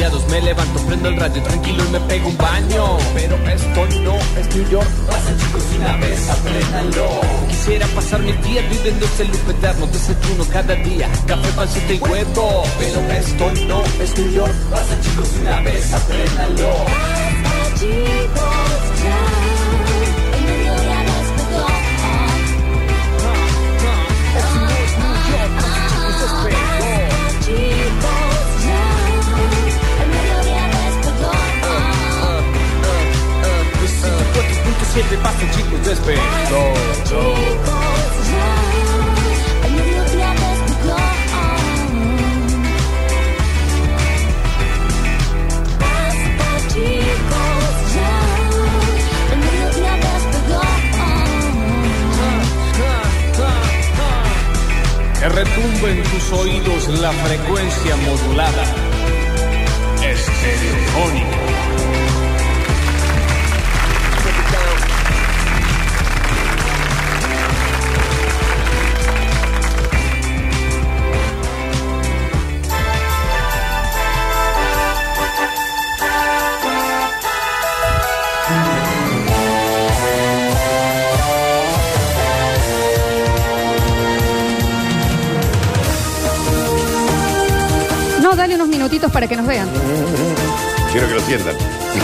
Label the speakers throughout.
Speaker 1: lados. Me levanto, prendo el radio tranquilo y me pego un baño.
Speaker 2: Pero esto no es New York.
Speaker 1: Pasa chicos una vez, apréndanlo. Quisiera pasar mi día viviendo ese loop eterno. Desayuno cada día, café, pancita y huevo.
Speaker 2: Pero esto no es New York.
Speaker 1: Pasa chicos una vez, apréndanlo.
Speaker 3: Basta, chicos, ya. El medio día nos pegó. Basta, chicos, ya. El medio día nos pegó.
Speaker 1: siempre pasan chicos despegó.
Speaker 3: Chicos, ya. El medio día nos pegó. Basta, chicos, ya. El medio día nos pegó.
Speaker 1: Que retumbe en tus oídos la frecuencia modulada. Estereofónico.
Speaker 4: No, dale unos minutitos para que nos vean.
Speaker 5: Quiero que lo sientan.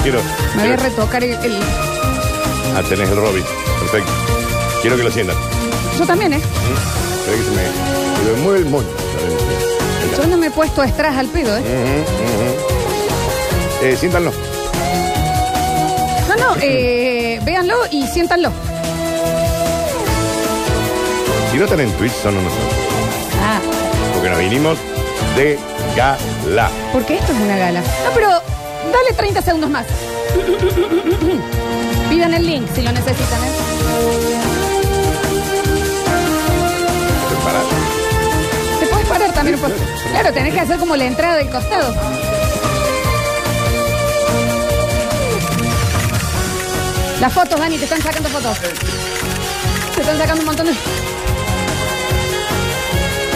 Speaker 5: Quiero.
Speaker 4: Me voy a
Speaker 5: quiero-
Speaker 4: retocar el. el-
Speaker 5: Ah, tenés el Robin. Perfecto. Quiero que lo sientan.
Speaker 4: Yo también, ¿eh?
Speaker 5: Espera que se me. se me mueve el moño.
Speaker 4: Yo no me he puesto estras al pedo, ¿eh?
Speaker 5: Eh, siéntanlo.
Speaker 4: No, no, eh, véanlo y siéntanlo.
Speaker 5: Si no están en Twitch, son unos.
Speaker 4: Ah,
Speaker 5: Porque nos vinimos de gala.
Speaker 4: porque esto es una gala. No, pero dale 30 segundos más. Pidan el link si lo necesitan, ¿eh?
Speaker 5: Preparada.
Speaker 4: Te puedes parar también un poco. Claro, tenés que hacer como la entrada del costado. Las fotos, Dani, te están sacando fotos. Te están sacando un montón de.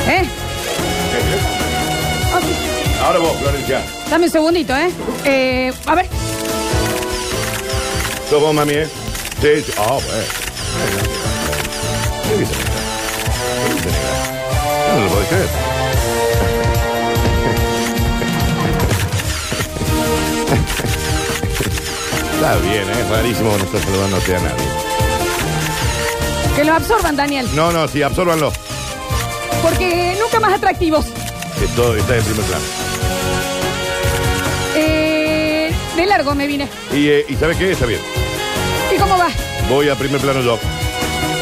Speaker 4: ¿Eh? Ah, sí.
Speaker 5: Ahora vos, Florencia.
Speaker 4: Dame un segundito, ¿eh? Eh, A ver.
Speaker 5: Sos vos, mami, ¿eh? Sí, sí. Ah, bueno. ¿Qué dice? ¿Qué dice, negra? Yo No lo puedo creer. Está bien, ¿eh? es rarísimo que no estés saludándote a nadie.
Speaker 4: Que los absorban, Daniel.
Speaker 5: No, no, sí, absórbanlo.
Speaker 4: Porque nunca más atractivos.
Speaker 5: Que todo está en primer plano.
Speaker 4: Eh, de largo me vine.
Speaker 5: Y, eh, ¿Y sabes qué? Está bien.
Speaker 4: ¿Y cómo va?
Speaker 5: Voy a primer plano yo.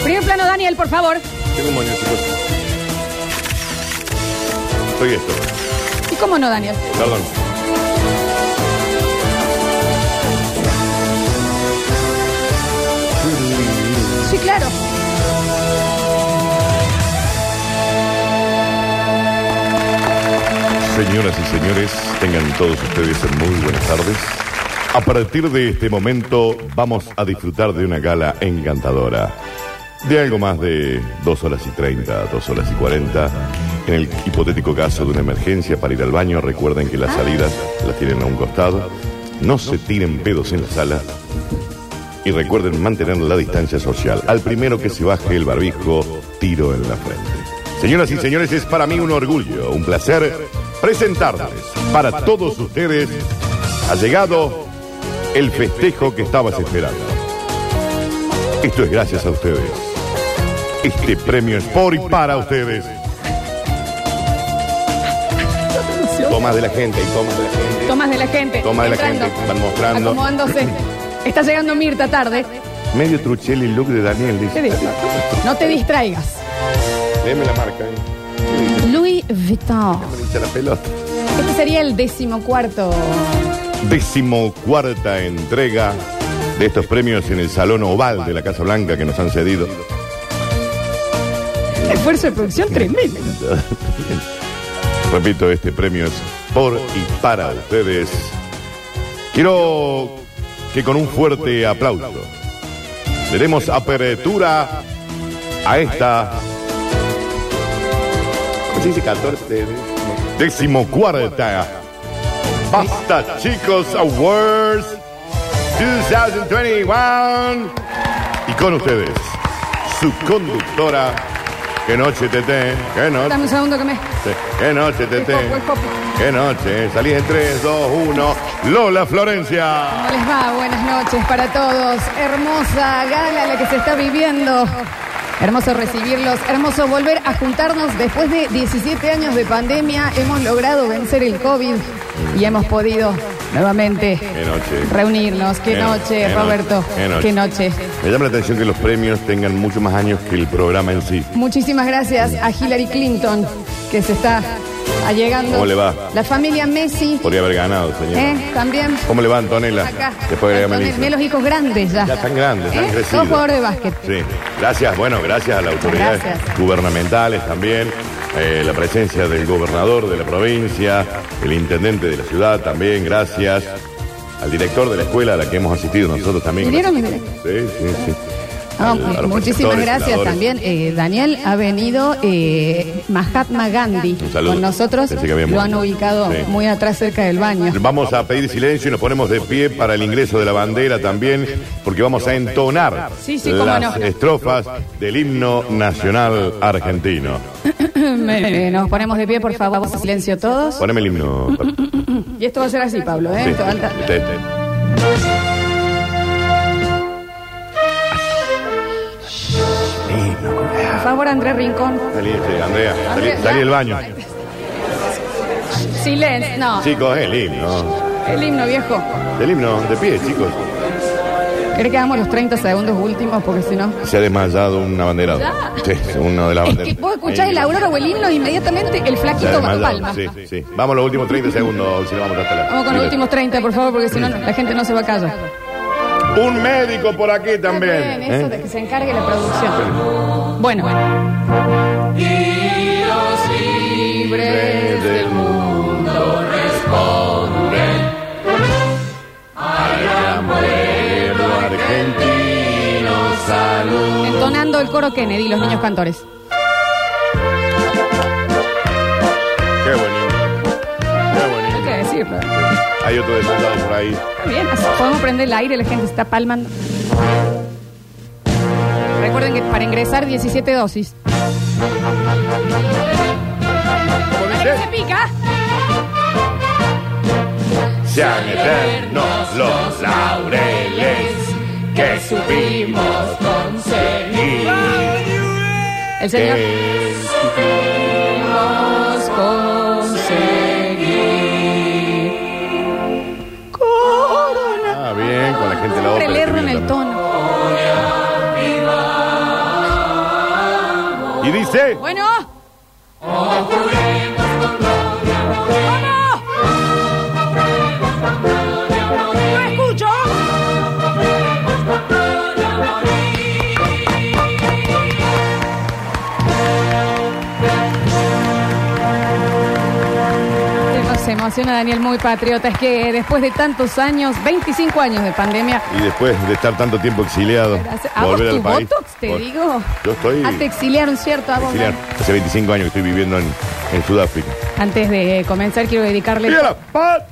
Speaker 4: Primer plano, Daniel, por favor.
Speaker 5: Tengo un moño, chicos. Soy esto.
Speaker 4: ¿Y cómo no, Daniel?
Speaker 5: Perdón.
Speaker 4: Sí, claro.
Speaker 5: Señoras y señores, tengan todos ustedes muy buenas tardes. A partir de este momento vamos a disfrutar de una gala encantadora. De algo más de dos horas y 30, dos horas y 40. En el hipotético caso de una emergencia para ir al baño, recuerden que las salidas las tienen a un costado. No se tiren pedos en la sala. Y recuerden mantener la distancia social. Al primero que se baje el barbijo, tiro en la frente. Señoras y señores, es para mí un orgullo, un placer presentarles para todos ustedes. Ha llegado el festejo que estabas esperando. Esto es gracias a ustedes. Este premio es por y para ustedes. Tomas de la gente y tomas de la gente.
Speaker 4: Tomas de la gente.
Speaker 5: Tomas de la
Speaker 4: entrando,
Speaker 5: gente, van mostrando.
Speaker 4: Acomodándose. Está llegando Mirta tarde.
Speaker 5: Medio truchel y look de Daniel.
Speaker 4: Te
Speaker 5: Dice,
Speaker 4: digo, No te distraigas.
Speaker 5: Deme la marca. eh.
Speaker 4: Louis Vuitton.
Speaker 5: Me hincha la pelota.
Speaker 4: Este sería el decimocuarto.
Speaker 5: Decimocuarta entrega de estos premios en el Salón Oval de la Casa Blanca que nos han cedido.
Speaker 4: Esfuerzo de producción tremendo.
Speaker 5: Repito, este premio es por y para ustedes. Quiero que con un fuerte aplauso le demos apertura a esta décimocuarta Basta Chicos Awards 2021. Y con ustedes, su conductora, que noche tete, que
Speaker 4: Dame un
Speaker 5: noche,
Speaker 4: segundo que me.
Speaker 5: que noche tete,
Speaker 4: Es poco, es poco.
Speaker 5: que noche. Salí en 3, 2, 1. Lola Florencia.
Speaker 4: ¿Cómo les va? Buenas noches para todos. Hermosa gala la que se está viviendo. Hermoso recibirlos, hermoso volver a juntarnos después de 17 años de pandemia. Hemos logrado vencer el COVID y hemos podido nuevamente
Speaker 5: Que noche.
Speaker 4: reunirnos. Qué
Speaker 5: Qué
Speaker 4: noche,
Speaker 5: noche,
Speaker 4: Roberto.
Speaker 5: qué noche.
Speaker 4: Qué noche.
Speaker 5: Me llama la atención que los premios tengan mucho más años que el programa en sí.
Speaker 4: Muchísimas gracias a Hillary Clinton, que se está allegando.
Speaker 5: ¿Cómo le va?
Speaker 4: La familia Messi,
Speaker 5: Podría haber ganado, señor.
Speaker 4: ¿eh? También.
Speaker 5: ¿Cómo le va, Antonella?
Speaker 4: Acá.
Speaker 5: Después de
Speaker 4: Antonella, mirá los hijos grandes ya.
Speaker 5: Ya están grandes, ya han
Speaker 4: ¿Eh?
Speaker 5: crecido.
Speaker 4: Todos jugadores de básquet.
Speaker 5: Sí, gracias, bueno, gracias a las autoridades
Speaker 4: Gracias.
Speaker 5: gubernamentales también, eh, la presencia del gobernador de la provincia, el intendente de la ciudad también, gracias al director de la escuela a la que hemos asistido nosotros también.
Speaker 4: ¿Vinieron
Speaker 5: gracias. Sí, sí, sí.
Speaker 4: No,
Speaker 5: Al- a los
Speaker 4: Ah, muchísimas
Speaker 5: preceptores,
Speaker 4: gracias
Speaker 5: senadores.
Speaker 4: también. Eh, Daniel ha venido eh, Mahatma Gandhi
Speaker 5: Un saludo.
Speaker 4: con nosotros.
Speaker 5: Pensé que había
Speaker 4: Lo han
Speaker 5: muerto.
Speaker 4: ubicado
Speaker 5: Sí.
Speaker 4: muy atrás cerca del baño.
Speaker 5: Vamos a pedir silencio y nos ponemos de pie para el ingreso de la bandera también, porque vamos a entonar
Speaker 4: Sí, sí, cómo
Speaker 5: las
Speaker 4: no.
Speaker 5: estrofas del himno nacional argentino.
Speaker 4: Eh, nos ponemos de pie, por favor. Silencio todos.
Speaker 5: Poneme el himno. Paco.
Speaker 4: Y esto va a ser así, Pablo. ¿eh?
Speaker 5: Sí.
Speaker 4: Esto va a-
Speaker 5: Este, este.
Speaker 4: Por favor, Andrés Rincón.
Speaker 5: Salí, este, Andrea, salí,
Speaker 4: Andrea,
Speaker 5: salí
Speaker 4: ya.
Speaker 5: del baño.
Speaker 4: Silencio. No,
Speaker 5: Chicos, el himno.
Speaker 4: el himno viejo.
Speaker 5: El himno, de pie, chicos.
Speaker 4: ¿Querés que hagamos los 30 segundos últimos? Porque si no.
Speaker 5: Se ha desmayado un abanderado. Sí, uno de las
Speaker 4: Es que
Speaker 5: banderas.
Speaker 4: vos escuchás el aurora o el himno e inmediatamente el
Speaker 5: Se ha
Speaker 4: flaquito va- palma.
Speaker 5: desmayado. Sí, sí. Vamos los últimos 30 segundos, si no vamos hasta la.
Speaker 4: Vamos con los últimos 30, por favor, porque si no, la gente no se va a callar.
Speaker 5: Un médico por aquí también.
Speaker 4: Bien, eso
Speaker 5: ¿eh?
Speaker 4: de que se encargue la producción. Bueno, bueno.
Speaker 5: Rey del mundo responde. Al gran pueblo argentino, salud.
Speaker 4: entonando el coro Kennedy, los niños cantores.
Speaker 5: Qué bonito. Qué
Speaker 4: Hay que
Speaker 5: bonito.
Speaker 4: decirlo.
Speaker 5: Hay otro desmontado por ahí.
Speaker 4: Está bien, así podemos prender el aire, la gente está palmando. Recuerden que para ingresar 17 dosis.
Speaker 5: ¿Cómo
Speaker 4: ¡Ay,
Speaker 5: dice?
Speaker 4: que se pica!
Speaker 5: Sean eternos los laureles que supimos conseguir.
Speaker 4: El señor.
Speaker 5: Ah, bien, con la gente de la
Speaker 4: Siempre
Speaker 5: ópera.
Speaker 4: le erran
Speaker 5: también.
Speaker 4: el tono.
Speaker 5: Y dice,
Speaker 4: Bueno. ¡No escucho! Se emociona Daniel muy patriota, es que después de tantos años, 25 años de pandemia,
Speaker 5: y después de estar tanto tiempo exiliado,
Speaker 4: ¿a vos
Speaker 5: volver
Speaker 4: tu
Speaker 5: al país.
Speaker 4: botox, te
Speaker 5: Vol-
Speaker 4: digo?
Speaker 5: Yo estoy
Speaker 4: Ah, te exiliaron, ¿cierto? A vos,
Speaker 5: exiliado. Hace 25 años que estoy viviendo en, en Sudáfrica.
Speaker 4: Dani. Antes de comenzar, quiero dedicarle
Speaker 5: ¡Viva la patria!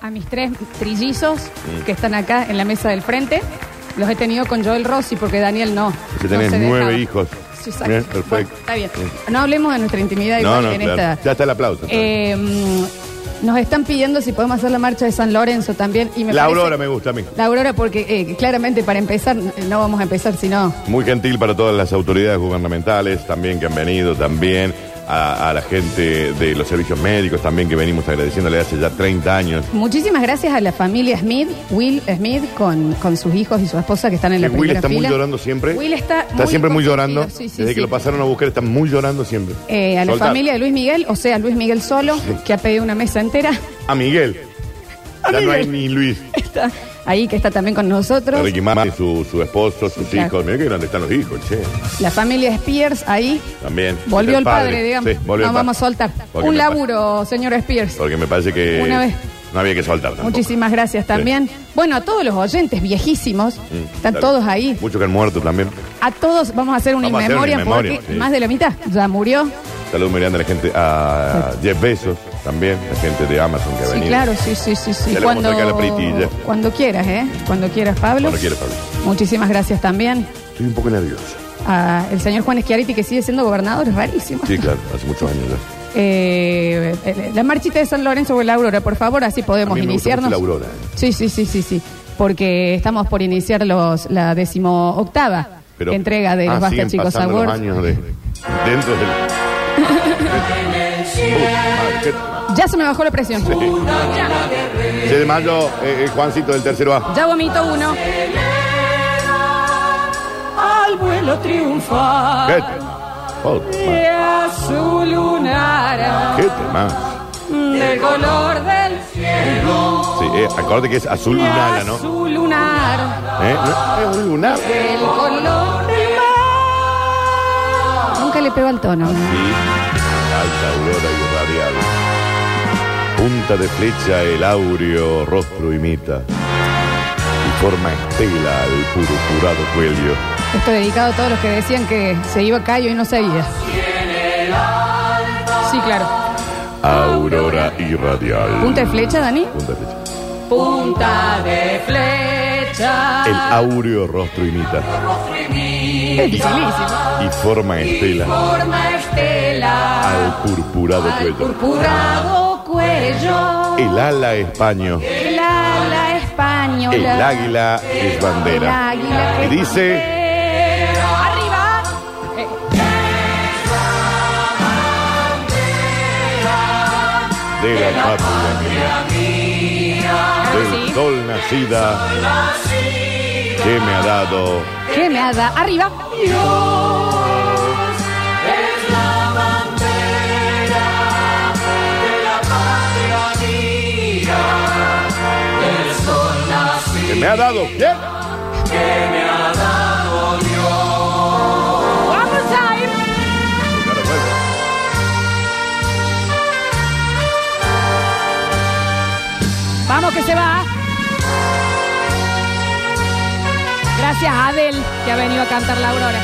Speaker 4: a mis tres trillizos que están acá en la mesa del frente. Los he tenido con Joel Rossi porque Daniel no.
Speaker 5: Si
Speaker 4: no
Speaker 5: tenés
Speaker 4: se
Speaker 5: nueve
Speaker 4: dejaba.
Speaker 5: hijos.
Speaker 4: Sí, exacto.
Speaker 5: Bien, perfecto.
Speaker 4: Bueno, está bien. No hablemos de nuestra intimidad
Speaker 5: No,
Speaker 4: igual
Speaker 5: no,
Speaker 4: que en
Speaker 5: claro.
Speaker 4: esta.
Speaker 5: Ya está el aplauso.
Speaker 4: Eh, mm, nos están pidiendo si podemos hacer la marcha de San Lorenzo también. Y me
Speaker 5: la
Speaker 4: parece-
Speaker 5: aurora me gusta a mí.
Speaker 4: La Aurora, porque eh, claramente para empezar, eh, no vamos a empezar sino.
Speaker 5: Muy gentil para todas las autoridades gubernamentales también que han venido, también a, a la gente de los servicios médicos también que venimos agradeciéndole hace ya 30 años.
Speaker 4: Muchísimas gracias a la familia Smith, Will Smith, con, con sus hijos y su esposa que están en la
Speaker 5: Que Will
Speaker 4: primera
Speaker 5: está muy
Speaker 4: fila.
Speaker 5: llorando siempre.
Speaker 4: Will está,
Speaker 5: Está siempre muy llorando.
Speaker 4: confundido. Sí, sí,
Speaker 5: Desde
Speaker 4: sí.
Speaker 5: que lo pasaron a buscar está muy llorando siempre.
Speaker 4: Eh, a la
Speaker 5: Soltá.
Speaker 4: familia de Luis Miguel, o sea, Luis Miguel solo, que ha pedido una mesa entera.
Speaker 5: A Miguel. ya no hay ni Luis.
Speaker 4: Está ahí, que está también con nosotros.
Speaker 5: Ricky Martin, su, su esposo, sus
Speaker 4: claro.
Speaker 5: hijos. Mira qué grandes están los hijos, che.
Speaker 4: La familia Spears, ahí.
Speaker 5: También.
Speaker 4: Volvió el padre, digamos.
Speaker 5: Sí, volvió
Speaker 4: no
Speaker 5: el
Speaker 4: vamos a
Speaker 5: padre.
Speaker 4: soltar.
Speaker 5: Porque
Speaker 4: Un
Speaker 5: me pa-
Speaker 4: laburo, señor Spears.
Speaker 5: Porque me parece que
Speaker 4: Una vez.
Speaker 5: no había que soltar tampoco.
Speaker 4: Muchísimas gracias también. Bueno, a todos los oyentes viejísimos,
Speaker 5: Mm,
Speaker 4: están
Speaker 5: dale.
Speaker 4: todos ahí.
Speaker 5: Muchos que han muerto también.
Speaker 4: A todos vamos a hacer una
Speaker 5: Vamos a hacer una
Speaker 4: inmemoria
Speaker 5: inmemoria,
Speaker 4: porque
Speaker 5: sí.
Speaker 4: más de la mitad ya murió.
Speaker 5: Saludos, Miranda, a la gente, a Jeff Bezos también, la gente de Amazon que ha
Speaker 4: Sí,
Speaker 5: venido.
Speaker 4: claro, sí, sí, sí. sí.
Speaker 5: Ya le vamos a
Speaker 4: Cuando,
Speaker 5: sacar la pritilla.
Speaker 4: cuando quieras, ¿eh? Cuando quieras, Pablo.
Speaker 5: Cuando quiera, Pablo.
Speaker 4: Muchísimas gracias también
Speaker 5: Estoy un poco nervioso.
Speaker 4: a el señor Juan Schiaretti, que sigue siendo gobernador, es rarísimo.
Speaker 5: Sí, claro, hace muchos años ya.
Speaker 4: Eh, eh, la marchita de San Lorenzo o la Aurora, por favor, así podemos
Speaker 5: A mí me gusta
Speaker 4: iniciarnos.
Speaker 5: mucho la Aurora, ¿eh?
Speaker 4: Sí, sí, sí, sí, sí. Porque estamos por iniciar los, la decimoctava
Speaker 5: Pero-
Speaker 4: entrega de
Speaker 5: Ah,
Speaker 4: los Basta
Speaker 5: siguen
Speaker 4: Chicos
Speaker 5: pasando los
Speaker 4: Awards.
Speaker 5: años de, dentro del... Uy, madre, qué-
Speaker 4: Ya se me bajó la presión. Ya,
Speaker 5: 6 de mayo, eh, eh, Juancito del tercero A.
Speaker 4: ya vomito uno.
Speaker 6: al vuelo
Speaker 4: Ah.
Speaker 5: ¿Qué
Speaker 6: triunfal
Speaker 5: tema? Oh,
Speaker 6: de
Speaker 5: madre,
Speaker 6: azul lunar
Speaker 5: ¿Qué tema?
Speaker 4: Mm,
Speaker 6: del color del cielo
Speaker 5: Sí, eh, acordate que es azul
Speaker 6: de
Speaker 5: lunala, ¿no?
Speaker 6: azul lunar
Speaker 5: ¿Eh? ¿No? Es un lunar. Sí.
Speaker 6: del color del mar
Speaker 4: Nunca le pego al tono.
Speaker 5: Alta aurora irradiable. Punta de flecha el áureo rostro imita. Y forma estela el purpurado cuello.
Speaker 4: Esto dedicado a todos los que decían que se iba Cayo y no seguía. Sí, claro.
Speaker 5: Aurora irradial.
Speaker 4: Punta de flecha, Dani.
Speaker 5: Punta de flecha.
Speaker 6: punta de
Speaker 4: Ah.
Speaker 6: flecha
Speaker 5: El áureo rostro imita.
Speaker 4: Es dificilísimo.
Speaker 5: Y forma estela
Speaker 6: forma estela
Speaker 5: al purpurado
Speaker 6: al
Speaker 5: cuello.
Speaker 6: purpurado cuello
Speaker 5: El ala español,
Speaker 6: el ala española
Speaker 5: el águila es
Speaker 4: La
Speaker 5: bandera.
Speaker 4: águila
Speaker 5: Y
Speaker 4: que-
Speaker 5: dice,
Speaker 6: arriba
Speaker 5: de la patria mía, del sol nacida, que me ha dado
Speaker 4: ¿Qué me ha dado? Arriba.
Speaker 5: que me ha dado ¿quién?
Speaker 6: vamos a ir
Speaker 4: Vamos que se va. Gracias a Adel que ha venido a cantar la aurora.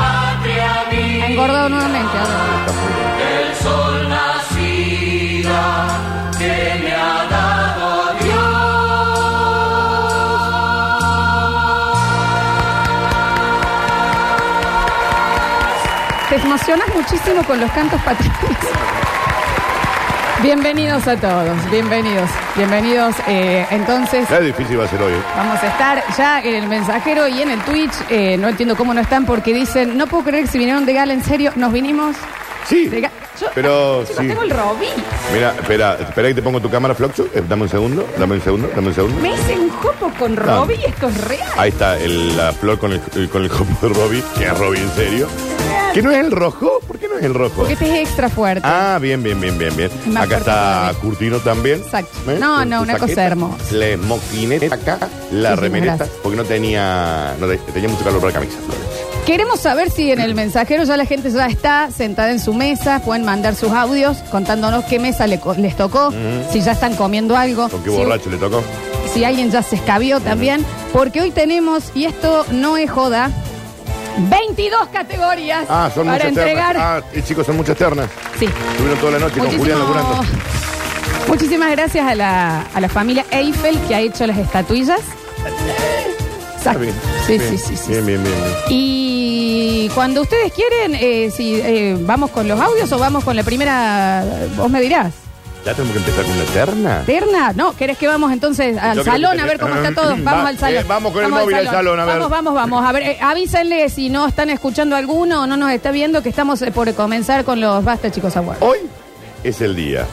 Speaker 4: Ha engordado nuevamente. Adel. Te emocionas muchísimo con los cantos patrióticos. Bienvenidos a todos, bienvenidos, bienvenidos. eh, entonces,
Speaker 5: Qué difícil va a ser hoy. ¿eh?
Speaker 4: Vamos a estar ya en el mensajero y en el Twitch. Eh, no entiendo cómo no están porque dicen, no puedo creer que se vinieron de gala, en serio, nos vinimos.
Speaker 5: Sí,
Speaker 4: de gala. Yo- ah,
Speaker 5: pero
Speaker 4: Chicos,
Speaker 5: sí.
Speaker 4: tengo el Robby.
Speaker 5: Mira, espera, espera que te pongo tu cámara, Floxu. Eh, Dame un segundo, dame un segundo, dame un segundo.
Speaker 4: Me hice un jopo con
Speaker 5: Ah.
Speaker 4: Robby esto es real.
Speaker 5: Ahí está el- la flor con el, el- con el copo de Robbie, que es Robbie en serio. ¿Que no es el rojo? ¿Por qué no es el rojo?
Speaker 4: Porque este es extra fuerte.
Speaker 5: Ah, bien, bien, bien, bien, bien.
Speaker 4: Más
Speaker 5: Acá
Speaker 4: cortado
Speaker 5: está
Speaker 4: de
Speaker 5: Curtino también. ¿eh?
Speaker 4: Exacto. No,
Speaker 5: Con
Speaker 4: no,
Speaker 5: su
Speaker 4: una cosa
Speaker 5: saqueta,
Speaker 4: hermosa.
Speaker 5: La esmoquineta acá, la
Speaker 4: Muchísimas
Speaker 5: remereta,
Speaker 4: gracias.
Speaker 5: porque no tenía, no te- tenía mucho calor para la camisa. Florencia.
Speaker 4: Queremos saber si en el mensajero ya la gente ya está sentada en su mesa, pueden mandar sus audios contándonos qué mesa le co- les tocó, si ya están comiendo algo.
Speaker 5: Con qué
Speaker 4: si-
Speaker 5: borracho le tocó.
Speaker 4: si alguien ya se escabió también, porque hoy tenemos, y esto no es joda, 22 categorías
Speaker 5: Ah, son
Speaker 4: para
Speaker 5: muchas
Speaker 4: entregar.
Speaker 5: ternas. Ah, y chicos, son muchas ternas.
Speaker 4: Sí.
Speaker 5: Estuvieron toda la noche con Julián
Speaker 4: Muchísimo-
Speaker 5: laburando.
Speaker 4: Muchísimas gracias a la, a la familia Eiffel que ha hecho las estatuillas.
Speaker 5: Está
Speaker 4: Exacto.
Speaker 5: Ah, bien,
Speaker 4: Sí, sí,
Speaker 5: bien,
Speaker 4: sí, sí.
Speaker 5: Bien, bien, bien. bien.
Speaker 4: Y cuando ustedes quieren, eh, si eh, vamos con los audios o vamos con la primera, vos me dirás.
Speaker 5: ¿Ya tenemos que empezar con una terna?
Speaker 4: ¿Terna? No, ¿querés que vamos entonces al
Speaker 5: Yo creo
Speaker 4: salón
Speaker 5: que
Speaker 4: a ver cómo está
Speaker 5: tenés-
Speaker 4: todo?
Speaker 5: Mm,
Speaker 4: Vamos
Speaker 5: va-
Speaker 4: al salón.
Speaker 5: eh, vamos con el
Speaker 4: Vamos
Speaker 5: móvil al salón, a ver.
Speaker 4: Vamos, vamos, vamos. A ver, eh, avísenle si no están escuchando alguno o no nos está viendo que estamos eh, por comenzar con los Basta Chicos Awards.
Speaker 5: Hoy es el día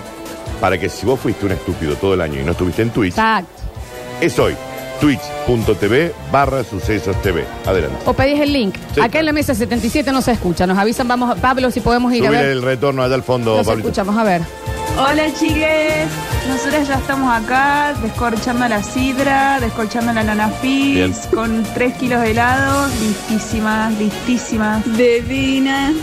Speaker 5: para que si vos fuiste un estúpido todo el año y no estuviste en Twitch,
Speaker 4: Exacto.
Speaker 5: es hoy. Twitch.tv barra sucesos TV. Adelante.
Speaker 4: O pedís el link.
Speaker 5: Sí.
Speaker 4: Acá en la mesa 77 no se escucha. Nos avisan, vamos, Pablo, si podemos ir a
Speaker 5: Subir
Speaker 4: ver.
Speaker 5: el retorno allá al fondo,
Speaker 4: Nos
Speaker 5: Pablito.
Speaker 4: escuchamos, a ver.
Speaker 7: Hola chiques, nosotras ya estamos acá descorchando la sidra, descorchando la
Speaker 5: Bien.
Speaker 7: nanafis, con 3 kilos de helado, listísimas, listísimas. De vina.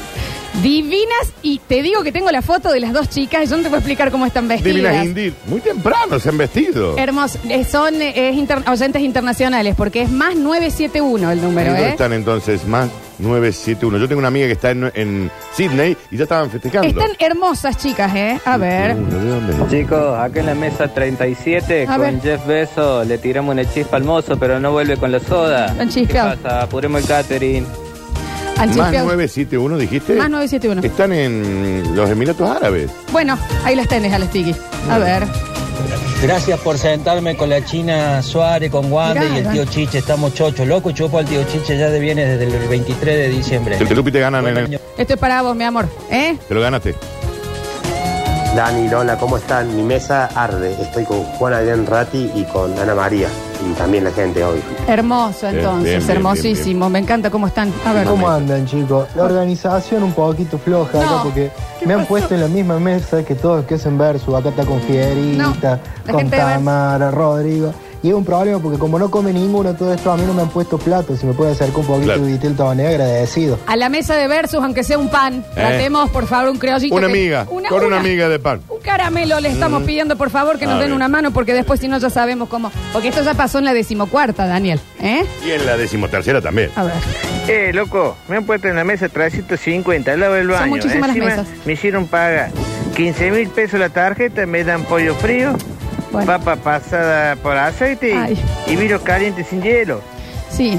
Speaker 4: Divinas, y te digo que tengo la foto de las dos chicas y yo no te puedo explicar cómo están vestidas.
Speaker 5: Divinas Indeed. Muy temprano se han vestido.
Speaker 4: Hermoso, Eh, son eh, es inter- oyentes internacionales porque es más 971 el
Speaker 5: ¿Y
Speaker 4: número,
Speaker 5: dónde
Speaker 4: ¿eh?
Speaker 5: están entonces? Más 971. Yo tengo una amiga que está en, en Sydney y ya estaban festejando.
Speaker 4: Están hermosas chicas, ¿eh? A ver.
Speaker 5: Uno, ¿de dónde?
Speaker 8: Chicos, acá en la mesa 37
Speaker 4: A
Speaker 8: con
Speaker 4: ver.
Speaker 8: Jeff Bezos le tiramos una chispa al mozo, pero no vuelve con la soda.
Speaker 4: Han
Speaker 8: ¿Qué
Speaker 4: chispeado.
Speaker 8: pasa? Apuremos el catering.
Speaker 4: Han
Speaker 5: Más
Speaker 4: chispeado.
Speaker 5: 971, dijiste.
Speaker 4: Más 971.
Speaker 5: Están en los Emiratos Árabes.
Speaker 4: Bueno, ahí las tenés a las tiki. A ver.
Speaker 9: Gracias por sentarme con la China Suárez, con Wanda
Speaker 4: Mirá,
Speaker 9: y el tío Chiche. Estamos chochos, loco. Chopo al tío Chiche ya de viene desde el 23 de diciembre.
Speaker 5: El Telupi te gana,
Speaker 9: Buen
Speaker 5: nene.
Speaker 9: año.
Speaker 4: Esto es para vos, mi amor. ¿Eh?
Speaker 5: Te lo ganaste.
Speaker 10: Dani, Lola, ¿cómo están? Mi mesa arde. Estoy con Juan Adrián Ratti y con Ana María. Y también la gente hoy.
Speaker 4: Hermoso,
Speaker 5: Bien,
Speaker 4: entonces.
Speaker 5: bien, bien,
Speaker 4: Hermosísimo.
Speaker 5: bien,
Speaker 4: Me encanta cómo están. A ver.
Speaker 11: ¿Cómo andan, chicos? La organización un poquito floja acá
Speaker 4: No.
Speaker 11: porque
Speaker 4: ¿Qué
Speaker 11: me han
Speaker 4: pasó?
Speaker 11: puesto en la misma mesa que todos los que hacen verso. Acá está con
Speaker 4: No,
Speaker 11: Fierita,
Speaker 4: la
Speaker 11: con
Speaker 4: gente de Versus.
Speaker 11: Tamara, Rodrigo. Y es un problema porque como no come ninguno todo esto, a mí no me han puesto plato. Si me puede acercar un poquito
Speaker 5: Claro.
Speaker 11: de vitel taboné, agradecido.
Speaker 4: A la mesa de versus, aunque sea un pan. Tratemos, por favor, un creollito.
Speaker 5: Eh. Una
Speaker 4: que-
Speaker 5: amiga. con una, amiga de pan.
Speaker 4: Un caramelo le estamos pidiendo, por favor, que
Speaker 5: A
Speaker 4: nos den
Speaker 5: ver.
Speaker 4: una mano, porque después si no ya sabemos cómo. Porque esto ya pasó en la decimocuarta, Daniel. ¿Eh?
Speaker 5: Y en la decimotercera también.
Speaker 4: A ver.
Speaker 8: Eh, loco, me han puesto en la mesa 350, al lado del
Speaker 4: Son
Speaker 8: baño.
Speaker 4: muchísimas las
Speaker 8: Encima,
Speaker 4: mesas.
Speaker 8: Me hicieron pagar 15 mil pesos la tarjeta, me dan pollo frío,
Speaker 4: Bueno.
Speaker 8: papa pasada por aceite y-
Speaker 4: Ay.
Speaker 8: y vino caliente sin hielo.
Speaker 4: Sí.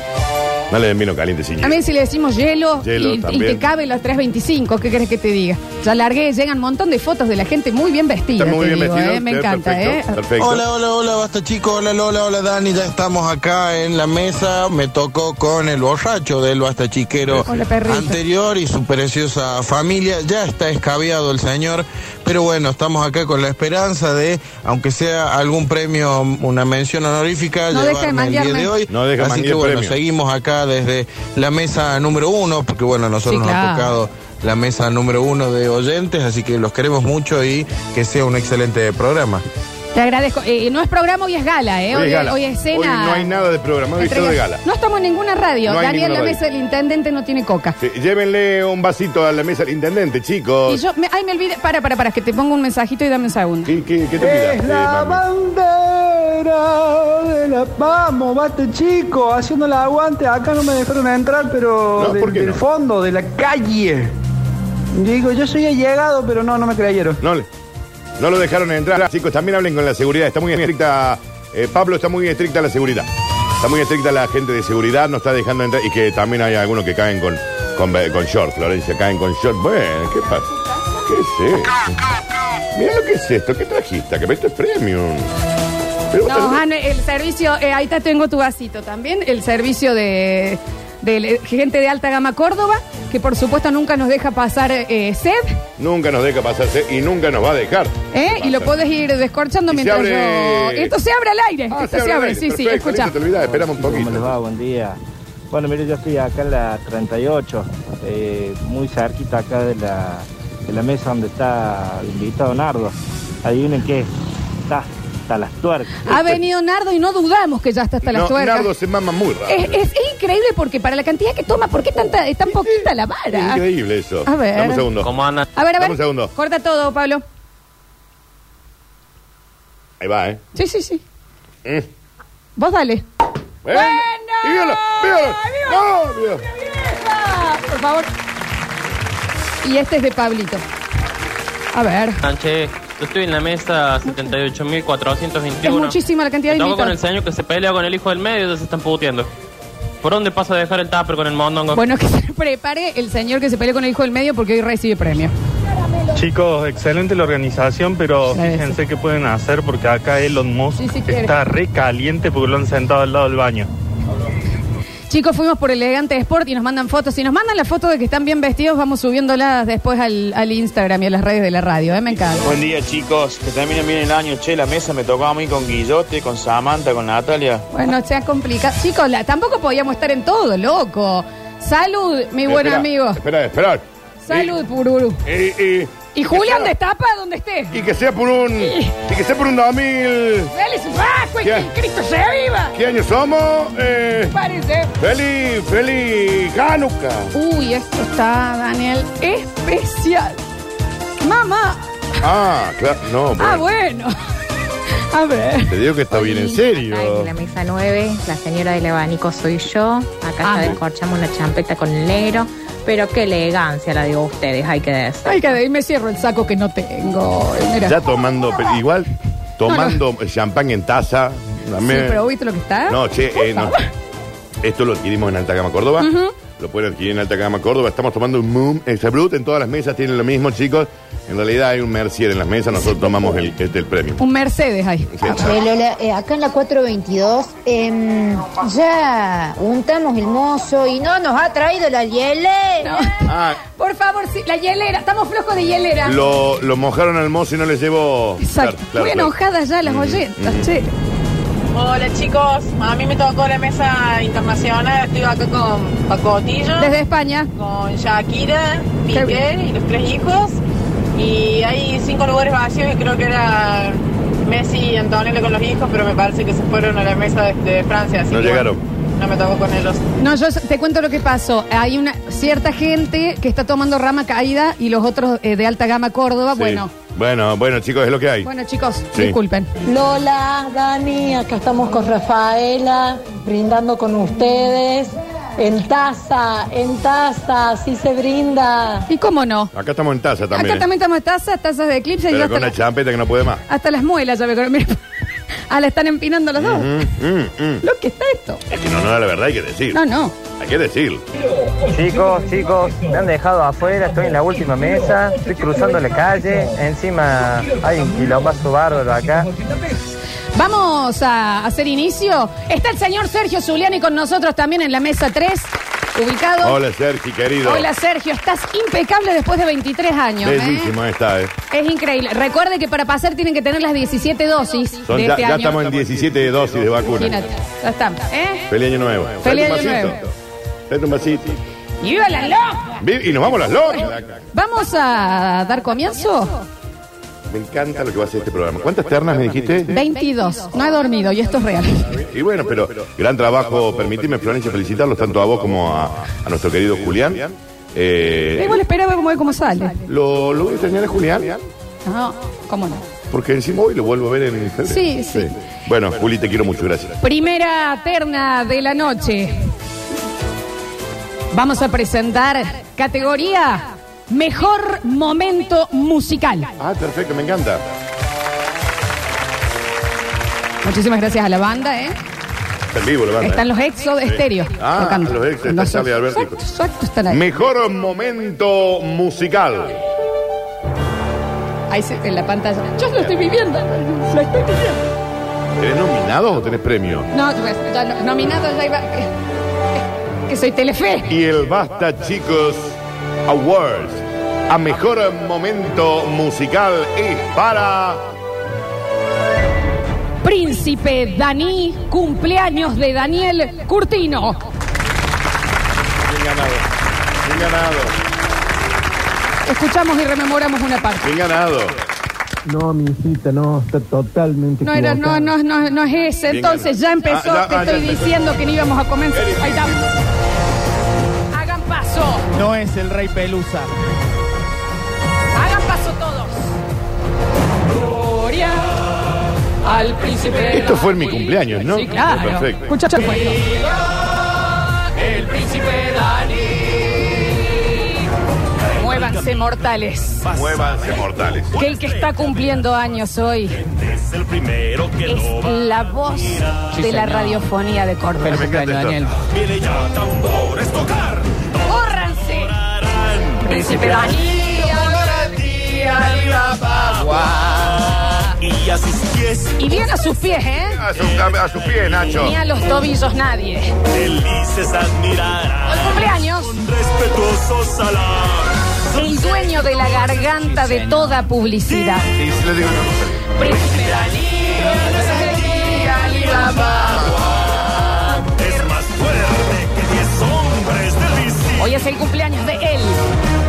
Speaker 5: No le den vino caliente sin hielo.
Speaker 4: También si le decimos hielo,
Speaker 5: Hielo
Speaker 4: y, y
Speaker 5: también.
Speaker 4: te cabe las 3.25, ¿qué querés que te diga? Ya largué, llegan un montón de fotos de la gente muy bien vestida.
Speaker 5: Están muy
Speaker 4: te
Speaker 5: bien
Speaker 4: digo,
Speaker 5: vestidos.
Speaker 4: ¿eh? Me
Speaker 5: Bien,
Speaker 4: encanta,
Speaker 5: perfecto,
Speaker 4: ¿eh?
Speaker 5: Perfecto.
Speaker 12: Hola, hola, hola, basta chicos, hola Lola, hola Dani, ya estamos acá en la mesa, me tocó con el borracho del basta chiquero
Speaker 4: Hola, perrito.
Speaker 12: anterior y su preciosa familia, ya está escabeado el señor, pero bueno, estamos acá con la esperanza de, aunque sea algún premio, una mención honorífica,
Speaker 4: No deja de
Speaker 12: llevarme el
Speaker 4: manguearme.
Speaker 12: día de hoy,
Speaker 5: No deja de
Speaker 12: así que
Speaker 5: manguear
Speaker 12: bueno,
Speaker 5: premio.
Speaker 12: seguimos acá desde la mesa número uno, porque bueno, nosotros
Speaker 4: Sí,
Speaker 12: nos
Speaker 4: claro.
Speaker 12: ha tocado la mesa número uno de oyentes, así que los queremos mucho y que sea un excelente programa.
Speaker 4: Te agradezco. Eh, no es programa, hoy es gala, ¿eh?
Speaker 5: Hoy es gala.
Speaker 4: hoy es cena.
Speaker 5: Hoy no hay nada de programa, hoy es todo de gala.
Speaker 4: No estamos en ninguna radio.
Speaker 5: No hay
Speaker 4: Daniel, la
Speaker 5: ninguna radio.
Speaker 4: mesa del intendente no tiene coca.
Speaker 5: Sí, Eh, llévenle un vasito a la mesa del intendente,
Speaker 4: Y
Speaker 5: chicos.
Speaker 4: yo, me- ay, me olvidé. Para, para, para, que te pongo un mensajito y dame un segundo.
Speaker 5: ¿Qué, qué, qué te Eh,
Speaker 11: Es
Speaker 5: olvidaste,
Speaker 11: la
Speaker 5: mami?
Speaker 11: bandera de la... Vamos, basta chico, haciendo la aguante. Acá no me dejaron entrar, pero
Speaker 5: No,
Speaker 11: del-
Speaker 5: ¿por qué
Speaker 11: del
Speaker 5: no?
Speaker 11: fondo, de la calle. Digo, yo soy allegado, pero no, no me creyeron.
Speaker 5: No, le- no lo dejaron entrar. Chicos, también hablen con la seguridad. Está muy estricta. eh, Pablo, está muy estricta la seguridad. Está muy estricta la gente de seguridad, no está dejando entrar. Y que también hay algunos que caen con, con, con short, Florencia, caen con short. Bueno, ¿qué pasa? ¿Qué es esto? Mira lo que es esto. ¿Qué trajiste? Que esto es premium. Pero vos
Speaker 4: No,
Speaker 5: tenés-
Speaker 4: Jano, el servicio, eh, ahí te tengo tu vasito también, el servicio de, de la- gente de Alta Gama Córdoba, que por supuesto nunca nos deja pasar eh, sed,
Speaker 5: Nunca nos deja pasarse y nunca nos va a dejar.
Speaker 4: ¿eh? y lo podés ir descorchando
Speaker 5: Y se
Speaker 4: mientras yo...
Speaker 5: abre-
Speaker 4: Esto se abre al aire,
Speaker 5: Ah,
Speaker 4: esto se abre,
Speaker 5: el
Speaker 4: sí,
Speaker 5: aire.
Speaker 4: sí,
Speaker 5: Perfecto,
Speaker 4: escucha.
Speaker 5: listo, Te olvidás, esperamos un
Speaker 9: ¿Cómo les va?
Speaker 5: poquito.
Speaker 9: Buen día. Bueno, mire, yo estoy acá en la 38, eh, muy cerquita acá de la, de la mesa donde está el invitado Nardo. Adivinen qué, está hasta las tuercas.
Speaker 4: Ha venido Nardo y no dudamos que ya está hasta las
Speaker 5: No,
Speaker 4: tuercas.
Speaker 5: Nardo se mama muy rápido.
Speaker 4: Es, es- es increíble porque para la cantidad que toma, ¿por qué tanta, es tan poquita la vara?
Speaker 5: Increíble eso.
Speaker 4: A ver.
Speaker 5: Dame un segundo.
Speaker 4: A ver, a ver.
Speaker 5: Dame un segundo.
Speaker 4: Corta todo, Pablo.
Speaker 5: Ahí va, ¿eh?
Speaker 4: Sí, sí, sí.
Speaker 5: Mm.
Speaker 4: Vos dale.
Speaker 5: Bueno. Y viola, viola. No, viola.
Speaker 4: Por favor. Y este es de Pablito. A ver.
Speaker 8: Sánchez, yo estoy en la mesa
Speaker 4: Es
Speaker 8: 78.421.
Speaker 4: muchísima la cantidad de
Speaker 8: Me tocó con el
Speaker 4: invitados.
Speaker 8: señor que se pelea con el hijo del medio y entonces se están puteando. ¿Por dónde paso a dejar el tupper con el mondongo?
Speaker 4: Bueno, que se prepare el señor que se peleó con el hijo del medio porque hoy recibe premio.
Speaker 9: Chicos, excelente la organización, pero
Speaker 4: Gracias.
Speaker 9: fíjense qué pueden hacer porque acá Elon Musk
Speaker 4: Sí, sí quiere.
Speaker 9: está re caliente porque lo han sentado al lado del baño.
Speaker 4: Chicos, fuimos por Elegante Sport y nos mandan fotos. Si nos mandan la foto de que están bien vestidos, vamos subiéndolas después al, al Instagram y a las redes de la radio. ¿eh? Me encanta.
Speaker 9: Buen día chicos, que terminen bien el año, che, la mesa me tocó a mí con Guillote, con Samantha, con Natalia.
Speaker 4: Bueno, se ha complicado. Chicos, la- tampoco podíamos estar en todo, loco. Salud, mi buen
Speaker 5: Espera,
Speaker 4: amigo.
Speaker 5: Espera, espera.
Speaker 4: Salud, Pururu.
Speaker 5: Eh, eh,
Speaker 4: Y Julián destapa donde esté.
Speaker 5: Y que sea por un. Y que sea por un 2000.
Speaker 4: Dale su frasco y que
Speaker 5: ¿Qué?
Speaker 4: el Cristo se viva.
Speaker 5: ¿Qué año somos? Eh,
Speaker 4: Parece.
Speaker 5: feliz, feliz Hanukkah.
Speaker 4: Uy, esto está, Daniel, especial. Mamá.
Speaker 5: Ah, claro, no,
Speaker 4: Ah,
Speaker 5: bueno,
Speaker 4: bueno. A ver.
Speaker 5: te digo que está bien en
Speaker 13: Acá
Speaker 5: serio.
Speaker 13: en la mesa 9, la señora del abanico soy yo. Acá
Speaker 4: Amo.
Speaker 14: Ah.
Speaker 13: ya descorchamos una champeta con el negro. Pero qué elegancia la dio ustedes, hay que decir.
Speaker 4: Ay, que de ahí me cierro el saco que no tengo. Y Mira.
Speaker 5: Ya tomando, pero igual, tomando champán en taza.
Speaker 4: Sí,
Speaker 5: También.
Speaker 4: pero ¿viste lo que está?
Speaker 5: No, che, eh, no. Esto lo adquirimos en Alta Gama Córdoba.
Speaker 4: Ujú.
Speaker 5: Lo pueden adquirir en Alta Gama Córdoba. Estamos tomando un Moon Extra Brut. En todas las mesas tienen lo mismo, chicos. En realidad hay un Mercier en las mesas. Nosotros tomamos el, este, el premio.
Speaker 4: Un Mercedes ahí.
Speaker 15: Eh, Lola, eh, acá en la 422 em, ya untamos el mozo y no nos ha traído la hielera.
Speaker 5: Ah,
Speaker 4: Por favor, sí, la hielera. Estamos flojos de hielera.
Speaker 5: lo, lo mojaron al mozo y no les llevó.
Speaker 4: Exacto.
Speaker 5: Claro, claro, Mm.
Speaker 4: Muy
Speaker 5: claro.
Speaker 4: enojadas ya las oyentas, che.
Speaker 16: Hola chicos, a mí me tocó la mesa internacional, estoy acá con Pacotillo.
Speaker 4: Desde España.
Speaker 16: Con Shakira, Miguel y los tres hijos. Y hay cinco lugares vacíos y creo que era Messi y Antonella con los hijos, pero me parece que se fueron a la mesa de, de Francia. Así
Speaker 5: No
Speaker 16: que,
Speaker 5: llegaron.
Speaker 16: bueno, no me tocó con ellos.
Speaker 4: No, yo te cuento lo que pasó. Hay una cierta gente que está tomando rama caída y los otros eh, de alta gama Córdoba,
Speaker 5: Sí.
Speaker 4: bueno.
Speaker 5: Bueno, bueno, chicos, es lo que hay.
Speaker 4: Bueno, chicos,
Speaker 5: Sí.
Speaker 4: disculpen.
Speaker 17: Lola, Dani, acá estamos con Rafaela, brindando con ustedes. En taza, en taza, así se brinda.
Speaker 4: ¿Y cómo no?
Speaker 5: Acá estamos en taza también.
Speaker 4: Acá
Speaker 5: ¿eh?
Speaker 4: también estamos tazas, tazas de eclipse y
Speaker 5: Pero
Speaker 4: hasta,
Speaker 5: con la
Speaker 4: la-
Speaker 5: champeta que no puede más.
Speaker 4: hasta las muelas ya me corren. Mira. Ah, la están empinando los dos.
Speaker 5: Mm, mm, mm.
Speaker 4: Lo que está esto.
Speaker 5: Es que no, no, la verdad hay que decir.
Speaker 4: No, no.
Speaker 5: Hay que decir.
Speaker 18: Chicos, chicos, me han dejado afuera, estoy en la última mesa, estoy cruzando la calle, encima hay un quilombazo bárbaro acá.
Speaker 4: Vamos a hacer inicio. Está el señor Sergio Zuliani con nosotros también en la mesa 3, ubicado.
Speaker 5: Hola, Sergi, querido.
Speaker 4: Hola, Sergio, estás impecable después de 23 años. ¿eh?
Speaker 5: Bellísima esta, ¿eh?
Speaker 4: Es increíble. Recuerde que para pasar tienen que tener las 17 dosis
Speaker 5: Son-
Speaker 4: de
Speaker 5: ya,
Speaker 4: este
Speaker 5: ya
Speaker 4: año.
Speaker 5: estamos en 17 dosis de vacuna.
Speaker 4: Imagínate, ya estamos. ¿eh?
Speaker 5: Feliz año nuevo.
Speaker 4: Feliz año
Speaker 5: Tráete un vasito. Tráete un vasito.
Speaker 4: ¡Y viva la loca!
Speaker 5: Vi- Y nos vamos a las lonas.
Speaker 4: Vamos a dar comienzo.
Speaker 5: Me encanta lo que va a ser este programa. ¿Cuántas ternas me dijiste?
Speaker 4: 22. No he dormido y esto es real.
Speaker 5: Y bueno, pero gran trabajo. Permíteme, Florencia, felicitarlos tanto a vos como a, a nuestro querido Julián. Eh,
Speaker 4: Igual espera a ver cómo, cómo sale.
Speaker 5: lo, lo voy a extrañar a Julián
Speaker 4: No, cómo no.
Speaker 5: porque encima hoy lo vuelvo a ver en el
Speaker 4: Sí, sí.
Speaker 5: Bueno, Juli, te quiero mucho, gracias.
Speaker 4: Primera terna de la noche. Vamos a presentar categoría Mejor Momento Musical.
Speaker 5: Ah, perfecto, me encanta.
Speaker 4: Muchísimas gracias a la banda, ¿eh?
Speaker 5: Está en vivo la banda,
Speaker 4: Están
Speaker 5: ¿eh?
Speaker 4: los exos de
Speaker 5: Sí.
Speaker 4: estéreo.
Speaker 5: Ah,
Speaker 4: tocando.
Speaker 5: los exos, está
Speaker 4: Los-
Speaker 5: Charlie Alberti.
Speaker 4: Exacto, están ahí.
Speaker 5: Mejor momento musical.
Speaker 4: Ahí se- en la pantalla. Yo lo estoy viviendo. Lo estoy viviendo.
Speaker 5: ¿Tenés nominado o tenés premio?
Speaker 4: No, pues, ya no- nominado ya iba. que- Que soy Telefe.
Speaker 5: Y el Basta Chicos Awards a mejor momento musical es para.
Speaker 4: Príncipe Dani, cumpleaños de Daniel Curtino.
Speaker 5: Bien ganado. Bien ganado.
Speaker 4: Escuchamos y rememoramos una parte.
Speaker 5: Bien ganado.
Speaker 11: No, mi hijita, no, está totalmente
Speaker 4: No era, no, no, no, no es ese.
Speaker 11: Bien
Speaker 4: Entonces ya
Speaker 11: ganado.
Speaker 4: empezó,
Speaker 11: Ah, ya-
Speaker 4: te
Speaker 11: ah, ya
Speaker 4: estoy
Speaker 11: empezó.
Speaker 4: diciendo que no íbamos a comenzar. Ahí está. Hagan paso.
Speaker 19: No es el rey Pelusa.
Speaker 4: Hagan paso todos. Gloria al príncipe.
Speaker 5: Esto fue en mi cumpleaños, ¿no?
Speaker 4: Sí, claro.
Speaker 5: Perfecto.
Speaker 4: Escucha, escucha.
Speaker 6: El príncipe Dani.
Speaker 4: Muévanse, mortales.
Speaker 5: Muévanse mortales.
Speaker 4: Que el que está cumpliendo años hoy
Speaker 5: Es el primero que
Speaker 4: es la voz de la
Speaker 5: señor.
Speaker 4: radiofonía de Córdoba.
Speaker 5: Pero me encanta esto.
Speaker 6: Viene ya tambores tocar.
Speaker 4: ¡Córranse!
Speaker 6: Príncipe Dani. honor a ti, Alibaba. Y a sus pies.
Speaker 4: Y bien a sus pies, ¿eh?
Speaker 5: A su, a su pie, Nacho.
Speaker 4: Ni a los tobillos nadie.
Speaker 6: Felices admirarán.
Speaker 4: Hoy cumpleaños.
Speaker 6: Respetuosos salam.
Speaker 4: El dueño de la garganta de toda publicidad.
Speaker 5: Y si le digo una cosa.
Speaker 6: Príncipe Dani. honor a ti, Alibaba. Es más fuerte que diez hombres de bici.
Speaker 4: Hoy es el cumpleaños de él.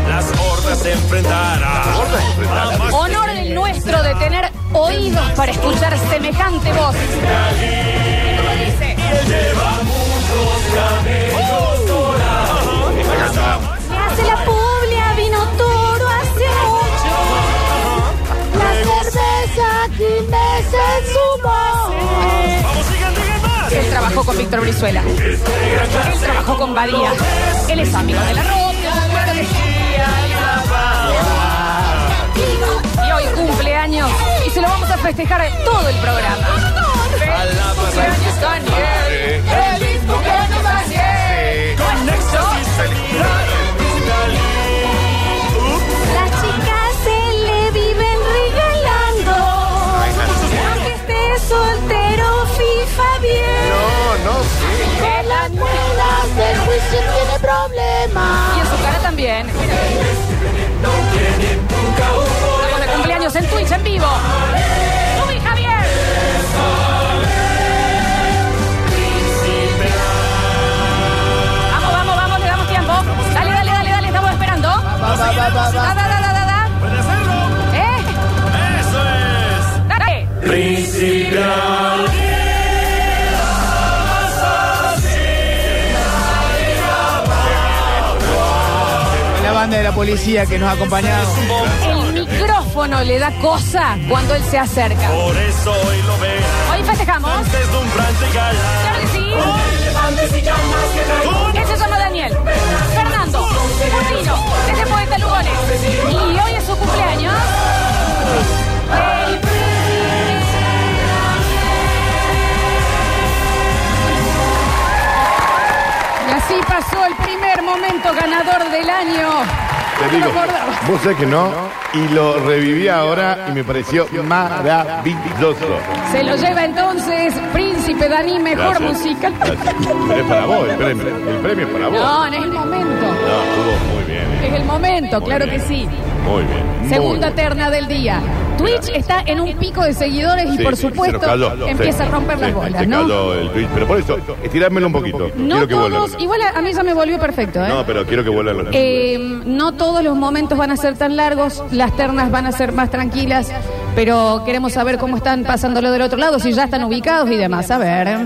Speaker 19: las hordas se enfrentará.
Speaker 14: Honor el nuestro de tener oídos para escuchar semejante voz. Y como dice, me hace la publia, vino toro hace mucho. La cerveza que me se sumó. Él trabajó con Víctor Brizuela. Él trabajó con Badía. Él es amigo de la roca. Y hoy cumpleaños. Y se lo vamos a festejar a todo el programa. ¡Feliz cumpleaños, Daniel! ¡Feliz cumpleaños, Daniel!
Speaker 19: Con éxtasis, felicidad,
Speaker 14: Las chicas se le viven regalando. Aunque esté soltero, FIFA bien.
Speaker 19: No, no, sí.
Speaker 14: Que las muelas del juicio tiene problemas. Y en su cara también. Estamos de cumpleaños en Twitch en vivo. Uy, Javier. Vamos, vamos, vamos, le damos tiempo. Dale, dale, dale, dale, estamos esperando. Da, da, da, da, da, da.
Speaker 19: ¿Puede hacerlo?
Speaker 14: ¿Eh?
Speaker 19: ¡Eso es!
Speaker 14: Dale.
Speaker 19: Principal.
Speaker 20: La banda de la policía que nos ha acompañado.
Speaker 14: El micrófono le da cosa cuando él se acerca.
Speaker 19: Por eso hoy lo ves.
Speaker 14: Hoy festejamos.
Speaker 19: Deslumbrante y galán.
Speaker 14: Claro que sí. Ese llama Daniel. Fernando. Marino. Este poeta Lugones. Y hoy es su cumpleaños.
Speaker 4: Y así pasó el primer momento ganador del año. Ah,
Speaker 5: Te digo, vos sabés que no, y lo reviví ahora y me pareció maravilloso.
Speaker 4: Se lo lleva entonces Príncipe Dani, mejor
Speaker 5: Gracias.
Speaker 4: musical.
Speaker 5: Pero es para vos el premio, el premio es para vos.
Speaker 4: No, no es el momento.
Speaker 5: No, estuvo muy bien, eh.
Speaker 4: Es el momento,
Speaker 5: Muy
Speaker 4: claro
Speaker 5: bien.
Speaker 4: que sí.
Speaker 5: muy bien. muy
Speaker 4: Segunda
Speaker 5: bien.
Speaker 4: terna del día. Twitch está en un pico de seguidores y
Speaker 5: Sí,
Speaker 4: por
Speaker 5: sí, se nos
Speaker 4: supuesto
Speaker 5: cayó,
Speaker 4: empieza
Speaker 5: sí.
Speaker 4: a romper las
Speaker 5: Sí,
Speaker 4: bolas,
Speaker 5: se
Speaker 4: ¿no?
Speaker 5: cayó el Twitch, pero por eso, estirármelo un poquito.
Speaker 4: No
Speaker 5: quiero que vuelva.
Speaker 4: todos, igual a, a mí ya me volvió perfecto, ¿eh?
Speaker 5: No, pero quiero que vuelva. los-
Speaker 4: Eh, no todos los momentos van a ser tan largos, las ternas van a ser más tranquilas, pero queremos saber cómo están pasándolo del otro lado, si ya están ubicados y demás. A ver.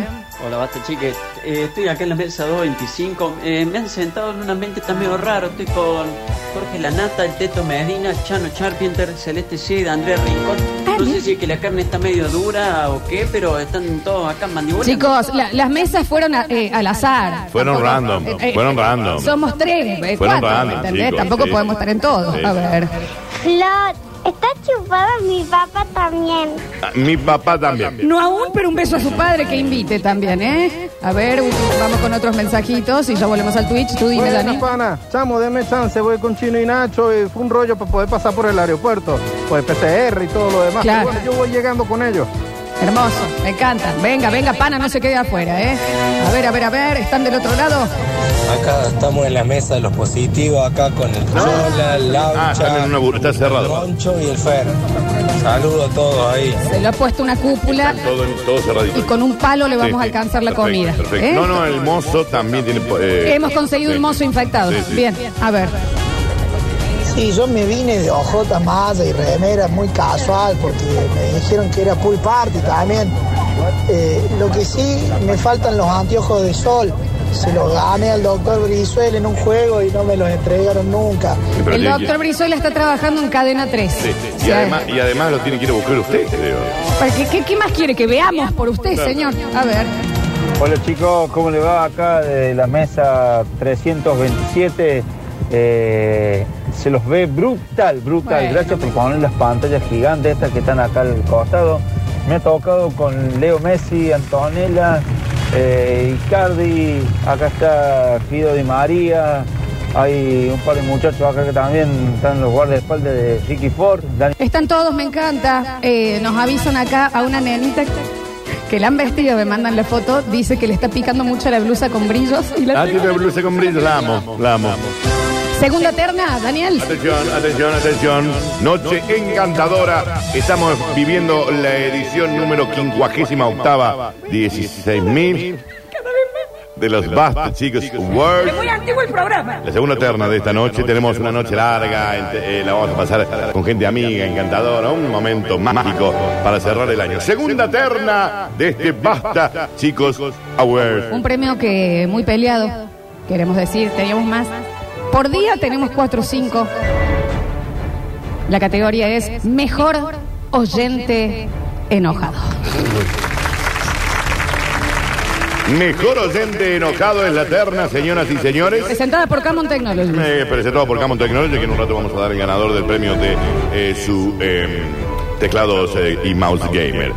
Speaker 21: Hola, basta chiques. Eh, estoy acá en la mesa 225. Eh, me han sentado en un ambiente tan medio raro. Estoy con Jorge Lanata, el Teto Medina, Chano Charpenter, Celeste Cid, Andrea Rincón. No sé si es que la carne está medio dura o qué, pero están todos acá en mandíbula.
Speaker 4: Chicos, la- las mesas fueron a- eh, al azar.
Speaker 5: Fueron random,
Speaker 4: Eh, eh,
Speaker 5: fueron random.
Speaker 4: Somos tres, eh,
Speaker 5: Fueron
Speaker 4: cuatro,
Speaker 5: random,
Speaker 4: ¿entendés?
Speaker 5: chicos,
Speaker 4: Tampoco
Speaker 5: sí.
Speaker 4: podemos estar en todo.
Speaker 5: Sí.
Speaker 4: A ver.
Speaker 22: Flor, está chupada mi papá también.
Speaker 5: Ah, Mi papá también.
Speaker 4: No aún, pero un beso a su padre que invite también, ¿eh? A ver, un- vamos con otros mensajitos y ya volvemos al Twitch. Tú dime,
Speaker 23: Buenas,
Speaker 4: Dani.
Speaker 23: pana. Chamo, deme chance, voy con Chino y Nacho y fue un rollo para poder pasar por el aeropuerto, por el PCR y todo lo demás.
Speaker 4: Claro.
Speaker 23: Pero bueno, yo voy llegando con ellos.
Speaker 4: Hermoso, me encanta. Venga, venga, pana, no se quede afuera, ¿eh? A ver, a ver, a ver, están del otro lado.
Speaker 24: Acá estamos en la mesa de los positivos, acá con el Chola, el
Speaker 5: Ah, están en
Speaker 24: Laucha,
Speaker 5: una bur- está
Speaker 24: el
Speaker 5: cerrado.
Speaker 24: Roncho y el Fer. Saludos a todos ahí.
Speaker 4: Se lo ha puesto una cúpula
Speaker 5: Todo, todo cerradito.
Speaker 4: y con un palo le vamos a alcanzar la comida.
Speaker 5: Perfecto.
Speaker 4: ¿eh?
Speaker 5: No, no, el mozo también tiene. eh,
Speaker 4: Hemos conseguido un
Speaker 5: sí.
Speaker 4: mozo infectado.
Speaker 5: Sí, sí.
Speaker 4: Bien, a ver.
Speaker 25: Sí, yo me vine de ojota malla y remera muy casual porque me dijeron que era pool party también. Eh, lo que sí, me faltan los anteojos de sol. Se los gané al doctor Brizuela en un juego y no me los entregaron nunca.
Speaker 5: pero
Speaker 4: El
Speaker 5: tiene
Speaker 4: doctor Brizuela está trabajando en cadena 3.
Speaker 5: que- sí, sí. Y, además, y además lo tiene que ir a buscar usted, creo.
Speaker 4: Porque, ¿qué, qué más quiere que veamos por usted, señor? A ver.
Speaker 9: Hola chicos, ¿cómo le va acá de la mesa 327? eh, se los ve brutal, brutal.
Speaker 26: Bueno.
Speaker 9: Gracias por poner las pantallas gigantes estas que están acá al costado. Me ha tocado con Leo Messi, Antonella, eh, Icardi, acá está Fido Di María, hay un par de muchachos acá que también están los guardaespaldas de Ricky Ford. Dani-
Speaker 4: Están todos, me encanta. Eh, nos avisan acá a una nenita que la han vestido, me mandan la foto. Dice que le está picando mucho la blusa con brillos. Y la
Speaker 5: Ah, tiene una blusa con brillo. La amo, la amo.
Speaker 4: Segunda terna, Daniel.
Speaker 5: Atención, atención, atención. Noche encantadora. Estamos viviendo la edición número 58, 16.000. de los Basta, chicos,
Speaker 14: Es
Speaker 5: World.
Speaker 14: muy antiguo el programa.
Speaker 5: La segunda terna de esta noche, tenemos una noche larga, ent- eh, la vamos a pasar con gente amiga, encantadora, un momento mágico para cerrar el año. Segunda terna de este Basta, chicos, Award.
Speaker 4: Un premio que muy peleado, queremos decir, teníamos más. Por día tenemos cuatro o cinco. La categoría es mejor oyente enojado.
Speaker 5: Mejor oyente enojado es la terna, señoras y señores.
Speaker 4: Presentada por Camon Technology.
Speaker 5: Eh, presentado por Camon Technology, que en un rato vamos a dar el ganador del premio de eh, su eh, teclados eh, y mouse gamer.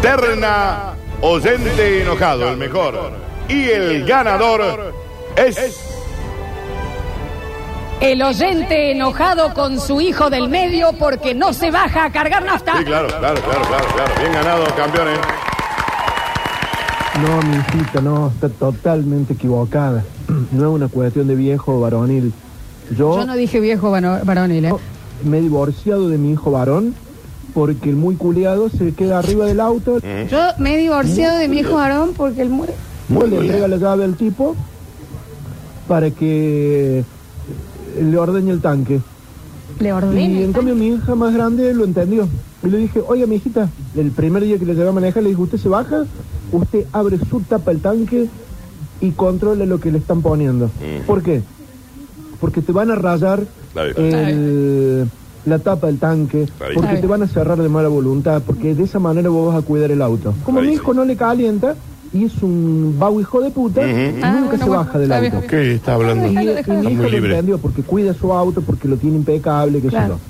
Speaker 5: Terna, oyente enojado, el mejor. Y el ganador es...
Speaker 4: El oyente enojado con su hijo del medio porque no se baja a cargar nafta.
Speaker 5: Sí, claro, claro, claro, claro, claro. Bien ganado, campeones.
Speaker 1: No, mi hijita, no, está totalmente equivocada. No es una cuestión de viejo o varonil. Yo,
Speaker 4: Yo no dije viejo vano- varonil, ¿eh?
Speaker 1: me he divorciado de mi hijo varón porque el muy culiado se queda arriba del auto.
Speaker 4: Yo me he divorciado de mi hijo varón porque el muere.
Speaker 1: Vos le entrega la llave al tipo para que le ordeñe el tanque.
Speaker 4: Le
Speaker 1: Y en cambio mi hija más grande lo entendió. Y le dije, oiga, mi hijita, el primer día que le llevé a manejar, le dije, usted se baja, usted abre su tapa el tanque y controla lo que le están poniendo.
Speaker 5: Mm,
Speaker 1: ¿Por qué? Porque te van a rayar
Speaker 5: La vieja.
Speaker 1: el- la tapa del tanque,
Speaker 5: La vieja.
Speaker 1: porque te van a cerrar de mala voluntad, porque de esa manera vos vas a cuidar el auto. Como mi hijo no le calienta y es un bau hijo de puta,
Speaker 4: Ah,
Speaker 1: nunca se baja del auto.
Speaker 5: ¿Qué está hablando?
Speaker 1: Y, y mi hijo
Speaker 5: muy
Speaker 1: lo
Speaker 5: libre.
Speaker 1: entendió porque cuida su auto, porque lo tiene impecable, qué
Speaker 5: Claro.
Speaker 1: sé yo.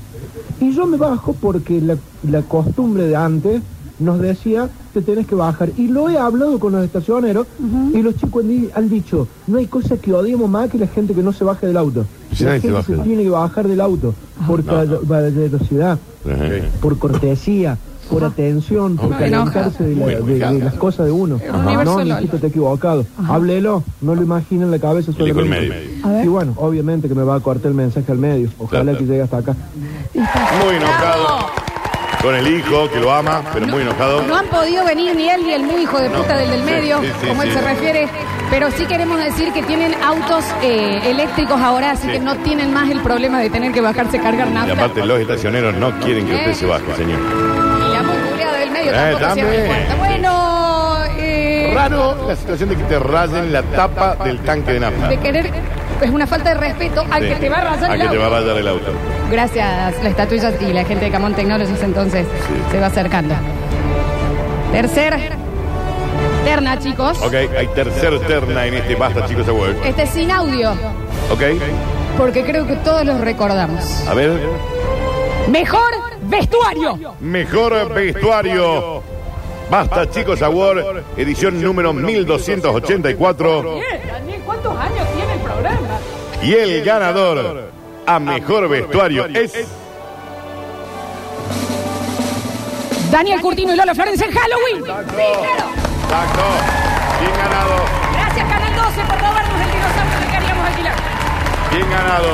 Speaker 1: Y yo me bajo porque la, la costumbre de antes nos decía, te tenés que bajar. Y lo he hablado con los estacioneros y los chicos han, di- han dicho, no hay cosa que odiemos más que la gente que no se baje del auto.
Speaker 5: Si
Speaker 1: la
Speaker 5: nadie se
Speaker 1: gente
Speaker 5: baja
Speaker 1: se
Speaker 5: del-
Speaker 1: tiene que bajar del auto por
Speaker 5: No, no.
Speaker 1: caballerosidad, por cortesía, por atención, por
Speaker 4: me enoja.
Speaker 1: calentarse de, la-
Speaker 4: Muy, muy
Speaker 1: de- de
Speaker 4: caro.
Speaker 1: las cosas de uno.
Speaker 4: universo
Speaker 1: No, mi
Speaker 4: LOL.
Speaker 1: hijito, está equivocado. Háblelo, no lo imagina en la cabeza
Speaker 5: Elijo el
Speaker 1: solamente.
Speaker 5: medio.
Speaker 1: Y bueno, obviamente que me va a cortar el mensaje al medio. Ojalá que llegue hasta acá.
Speaker 5: Muy enojado. Con el hijo, que lo ama, pero muy enojado.
Speaker 4: No han podido venir ni él ni el muy hijo de puta del del
Speaker 5: Sí,
Speaker 4: medio,
Speaker 5: sí, sí,
Speaker 4: como él
Speaker 5: sí.
Speaker 4: se refiere. Pero sí queremos decir que tienen autos eh, eléctricos ahora, así
Speaker 5: Sí.
Speaker 4: que no tienen más el problema de tener que bajarse a cargar
Speaker 5: Y
Speaker 4: nada.
Speaker 5: aparte, los estacioneros no quieren que usted se
Speaker 4: Eh.
Speaker 5: baje, señor.
Speaker 4: Y la muy culiada del medio
Speaker 5: Eh,
Speaker 4: tampoco cierra
Speaker 5: también.
Speaker 4: la puerta. Bueno, eh,
Speaker 5: Raro la situación de que te rayen la tapa del tanque de nafta.
Speaker 4: de querer es una falta de respeto al
Speaker 5: Sí.
Speaker 4: que te va a rayar el
Speaker 5: Al que te
Speaker 4: auto.
Speaker 5: va a rayar el auto.
Speaker 4: Gracias, la estatuilla y la gente de Camón Technologies entonces se va acercando. Tercer terna, chicos.
Speaker 5: Ok, hay tercer terna en este Basta, chicos, a huevo.
Speaker 4: Este es sin audio,
Speaker 5: Ok,
Speaker 4: porque creo que todos los recordamos.
Speaker 5: a ver.
Speaker 4: Mejor vestuario.
Speaker 5: Mejor vestuario. Basta, chicos, Award, edición número 1284.
Speaker 14: Daniel, ¿cuántos años tiene el programa?
Speaker 5: Y el ganador a mejor vestuario es.
Speaker 4: Daniel Curtino y Lola Florencia en Halloween. Sí, claro.
Speaker 5: Exacto. Bien ganado.
Speaker 14: Gracias, Canal 12, por robarnos el dinosaurio que queríamos alquilar.
Speaker 5: Bien ganado.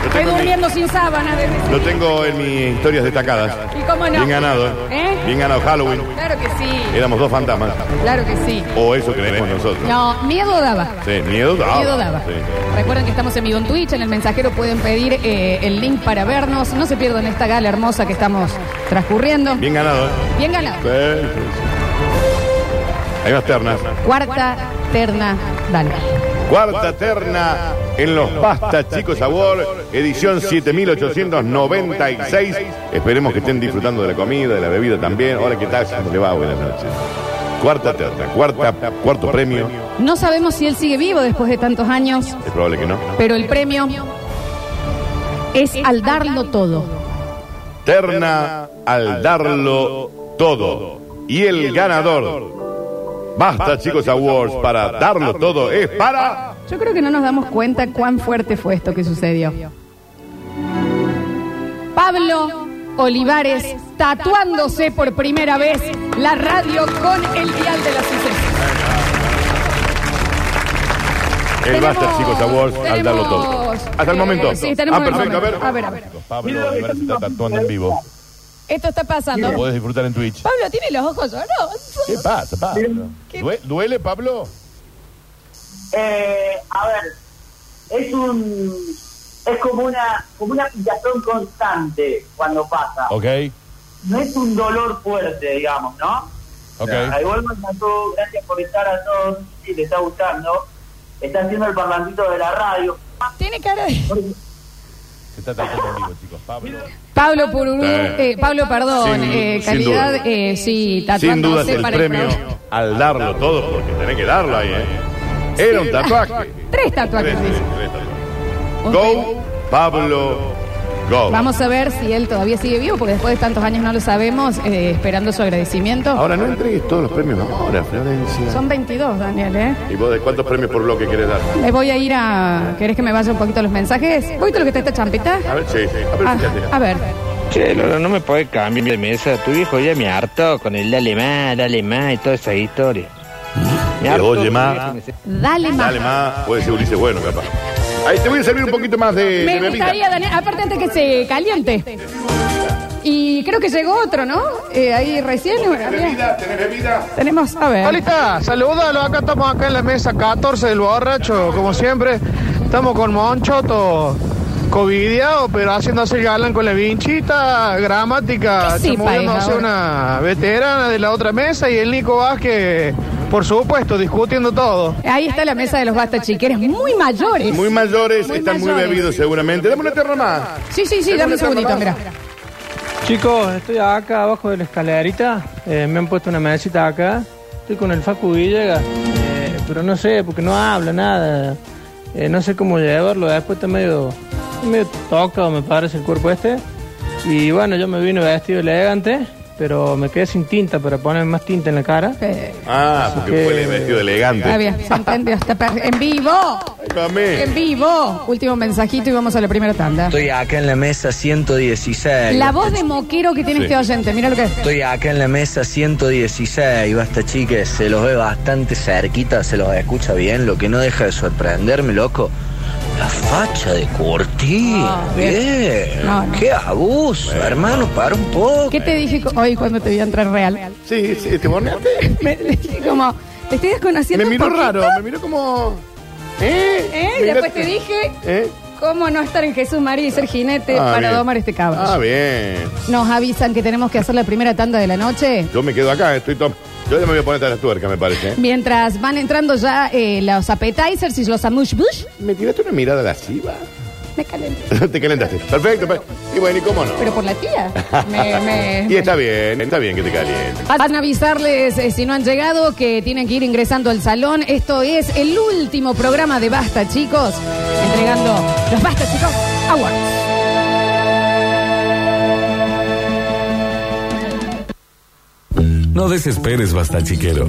Speaker 5: Lo
Speaker 4: Estoy
Speaker 5: tengo, en
Speaker 4: durmiendo sin sábana. de-
Speaker 5: mi- lo tengo en mis historias destacadas.
Speaker 4: ¿Y cómo no?
Speaker 5: Bien ganado. ¿eh?
Speaker 4: ¿Eh?
Speaker 5: Bien ganado Halloween.
Speaker 4: Claro que sí.
Speaker 5: Éramos dos fantasmas.
Speaker 4: Claro que sí.
Speaker 5: O eso creemos nosotros.
Speaker 4: No, miedo daba.
Speaker 5: Sí, miedo daba.
Speaker 4: Miedo daba.
Speaker 5: Ah, Sí.
Speaker 4: Recuerden que estamos en vivo en Twitch, en el mensajero pueden pedir eh, el link para vernos. No se pierdan esta gala hermosa que estamos transcurriendo.
Speaker 5: Bien ganado. ¿eh?
Speaker 4: Bien ganado.
Speaker 5: Sí, sí, sí. Hay más ternas.
Speaker 4: Cuarta terna, dale.
Speaker 5: Cuarta terna en los Pasta Chicos Sabor, edición 7896. Esperemos que estén disfrutando de la comida, de la bebida también. Hola, ¿qué tal? ¿Cómo le va? Buenas noches. Cuarta terna, cuarta, cuarto premio.
Speaker 4: No sabemos si él sigue vivo después de tantos años,
Speaker 5: Es probable que no.
Speaker 4: pero el premio es al darlo todo.
Speaker 5: Terna al darlo todo. Y el ganador. Basta Chicos Awards para darlo todo. Es para...
Speaker 4: Yo creo que no nos damos cuenta cuán fuerte fue esto que sucedió. Pablo Olivares tatuándose por primera vez la radio con el dial de las sucesos.
Speaker 5: El Basta
Speaker 4: Tenemos-
Speaker 5: Chicos Awards al darlo todo.
Speaker 4: tenemos,
Speaker 5: Hasta el
Speaker 4: eh,
Speaker 5: momento.
Speaker 4: sí, tenemos
Speaker 5: Ah,
Speaker 4: el
Speaker 5: perfecto. A ver.
Speaker 4: momento. A ver, a ver.
Speaker 5: Pablo Olivares está tatuando en vivo.
Speaker 4: Esto está pasando.
Speaker 5: Lo podés disfrutar en Twitch.
Speaker 4: Pablo tiene los ojos llorosos.
Speaker 5: ¿Qué pasa, Pablo? ¿Due- ¿Duele, Pablo?
Speaker 27: Eh, a ver, es un es como una como una picazón constante cuando pasa.
Speaker 5: Ok,
Speaker 27: No es un dolor fuerte, digamos, ¿no?
Speaker 5: ok.
Speaker 27: A igual me encantó, gracias por estar a todos, si les está gustando. Está haciendo el parlantito de la radio.
Speaker 4: Tiene cara de...
Speaker 5: Se está tratando en vivo, chicos. Pablo.
Speaker 4: Pablo Pururú,
Speaker 5: Eh.
Speaker 4: eh, Pablo, perdón,
Speaker 5: Sin-
Speaker 4: eh,
Speaker 5: sin
Speaker 4: calidad, eh, sí,
Speaker 5: Sin duda es
Speaker 4: tatuándose
Speaker 5: el
Speaker 4: para
Speaker 5: premio
Speaker 4: el
Speaker 5: al darlo todo, porque tenés que darlo ahí, ¿eh? Era un tatuaje.
Speaker 4: Tres tatuajes.
Speaker 5: Tres,
Speaker 4: dice.
Speaker 5: tres tatuajes. Go, Pablo, go.
Speaker 4: Vamos a ver si él todavía sigue vivo, porque después de tantos años no lo sabemos, eh, esperando su agradecimiento.
Speaker 5: Ahora no entregues todos los premios ahora, Florencia.
Speaker 4: Son 22, Daniel, ¿eh?
Speaker 5: ¿Y vos de cuántos premios por bloque querés dar?
Speaker 4: Me voy a ir a... ¿Querés que me vaya un poquito a los mensajes? ¿Viste lo que está esta champita?
Speaker 5: A ver, sí, sí. A ver,
Speaker 4: Ah,
Speaker 5: fíjate.
Speaker 4: a ver,
Speaker 28: Che, Lola, no me puedes cambiar de mesa. Tu viejo ya me hartó con el dale más, dale más y toda esa historia.
Speaker 5: Te oye más.
Speaker 4: dale más.
Speaker 5: Dale más. Puede ser Ulises bueno, capaz. Ahí te voy a servir un poquito más de, de
Speaker 4: Me
Speaker 5: bebida.
Speaker 4: gustaría, Daniel, aparte antes que se caliente. Y creo que llegó otro, ¿no? Eh, ahí recién. había- Tenemos, a ver.
Speaker 9: Alita, salúdalo, Ah, acá estamos acá en la mesa 14 del borracho, como siempre. Estamos con Monchoto, covidiado, pero haciéndose el galán con la vinchita, gramática,
Speaker 4: ¿Qué sí,
Speaker 9: chamudiéndose
Speaker 4: país,
Speaker 9: una veterana de la otra mesa y el Nico Vázquez, por supuesto, discutiendo todo.
Speaker 4: Ahí está la mesa de los basta chiqueres, muy mayores.
Speaker 5: Muy mayores, están
Speaker 4: mayores.
Speaker 5: muy bebidos seguramente. Dame una terra más.
Speaker 4: Sí, sí, sí, dame un segundito, mira.
Speaker 9: Chicos, estoy acá abajo de la escalerita, eh, me han puesto una mesita acá, estoy con el Facu Villegas, eh, pero no sé, porque no habla nada, eh, no sé cómo llevarlo, después está medio, medio tocado me parece el cuerpo este, y bueno, yo me vine vestido elegante, pero me quedé sin tinta para poner más tinta en la cara.
Speaker 5: Ah, porque fue el vestido
Speaker 4: Está
Speaker 5: elegante.
Speaker 4: Eh, bien, se entendió. Está per- en vivo. En vivo. Último mensajito y vamos a la primera tanda.
Speaker 29: Estoy acá en la mesa 116.
Speaker 4: La voz de moquero que tiene
Speaker 29: Sí.
Speaker 4: este oyente, mira lo que es.
Speaker 29: Estoy acá en la mesa 116, basta chiques, se los ve bastante cerquita, se los escucha bien, lo que no deja de sorprenderme, loco. La facha de Curti, bien,
Speaker 4: Ah, No, no.
Speaker 29: qué abuso, hermano, para un poco.
Speaker 4: ¿Qué te dije co- hoy cuando te vi entrar real?
Speaker 5: Sí, sí, te borneaste.
Speaker 4: Me dije como, te estoy desconociendo.
Speaker 5: Me
Speaker 4: un
Speaker 5: miró
Speaker 4: poquito.
Speaker 5: raro, me miró como. ¿Eh?
Speaker 4: ¿Eh? Y
Speaker 5: Mira-
Speaker 4: Después te dije,
Speaker 5: ¿Eh?
Speaker 4: ¿cómo no estar en Jesús María y ser jinete
Speaker 5: Ah,
Speaker 4: para
Speaker 5: bien.
Speaker 4: domar este caballo?
Speaker 5: Ah, bien.
Speaker 4: Nos avisan que tenemos que hacer la primera tanda de la noche.
Speaker 5: Yo me quedo acá, estoy top. Yo ya me voy a poner a las tuercas, me parece. ¿eh?
Speaker 4: Mientras van entrando ya eh, los appetizers y los amush bush,
Speaker 5: Me tiraste una mirada lasciva.
Speaker 4: me calenté.
Speaker 5: te calentaste. Perfecto. pe- Y bueno, ¿y cómo no?
Speaker 4: Pero por la tía. Me- me-
Speaker 5: y está bien, está bien que te caliente.
Speaker 4: Van a avisarles, eh, si no han llegado, que tienen que ir ingresando al salón. Esto es el último programa de Basta, chicos. Entregando los Basta, chicos, awards.
Speaker 21: No desesperes, basta chiquero.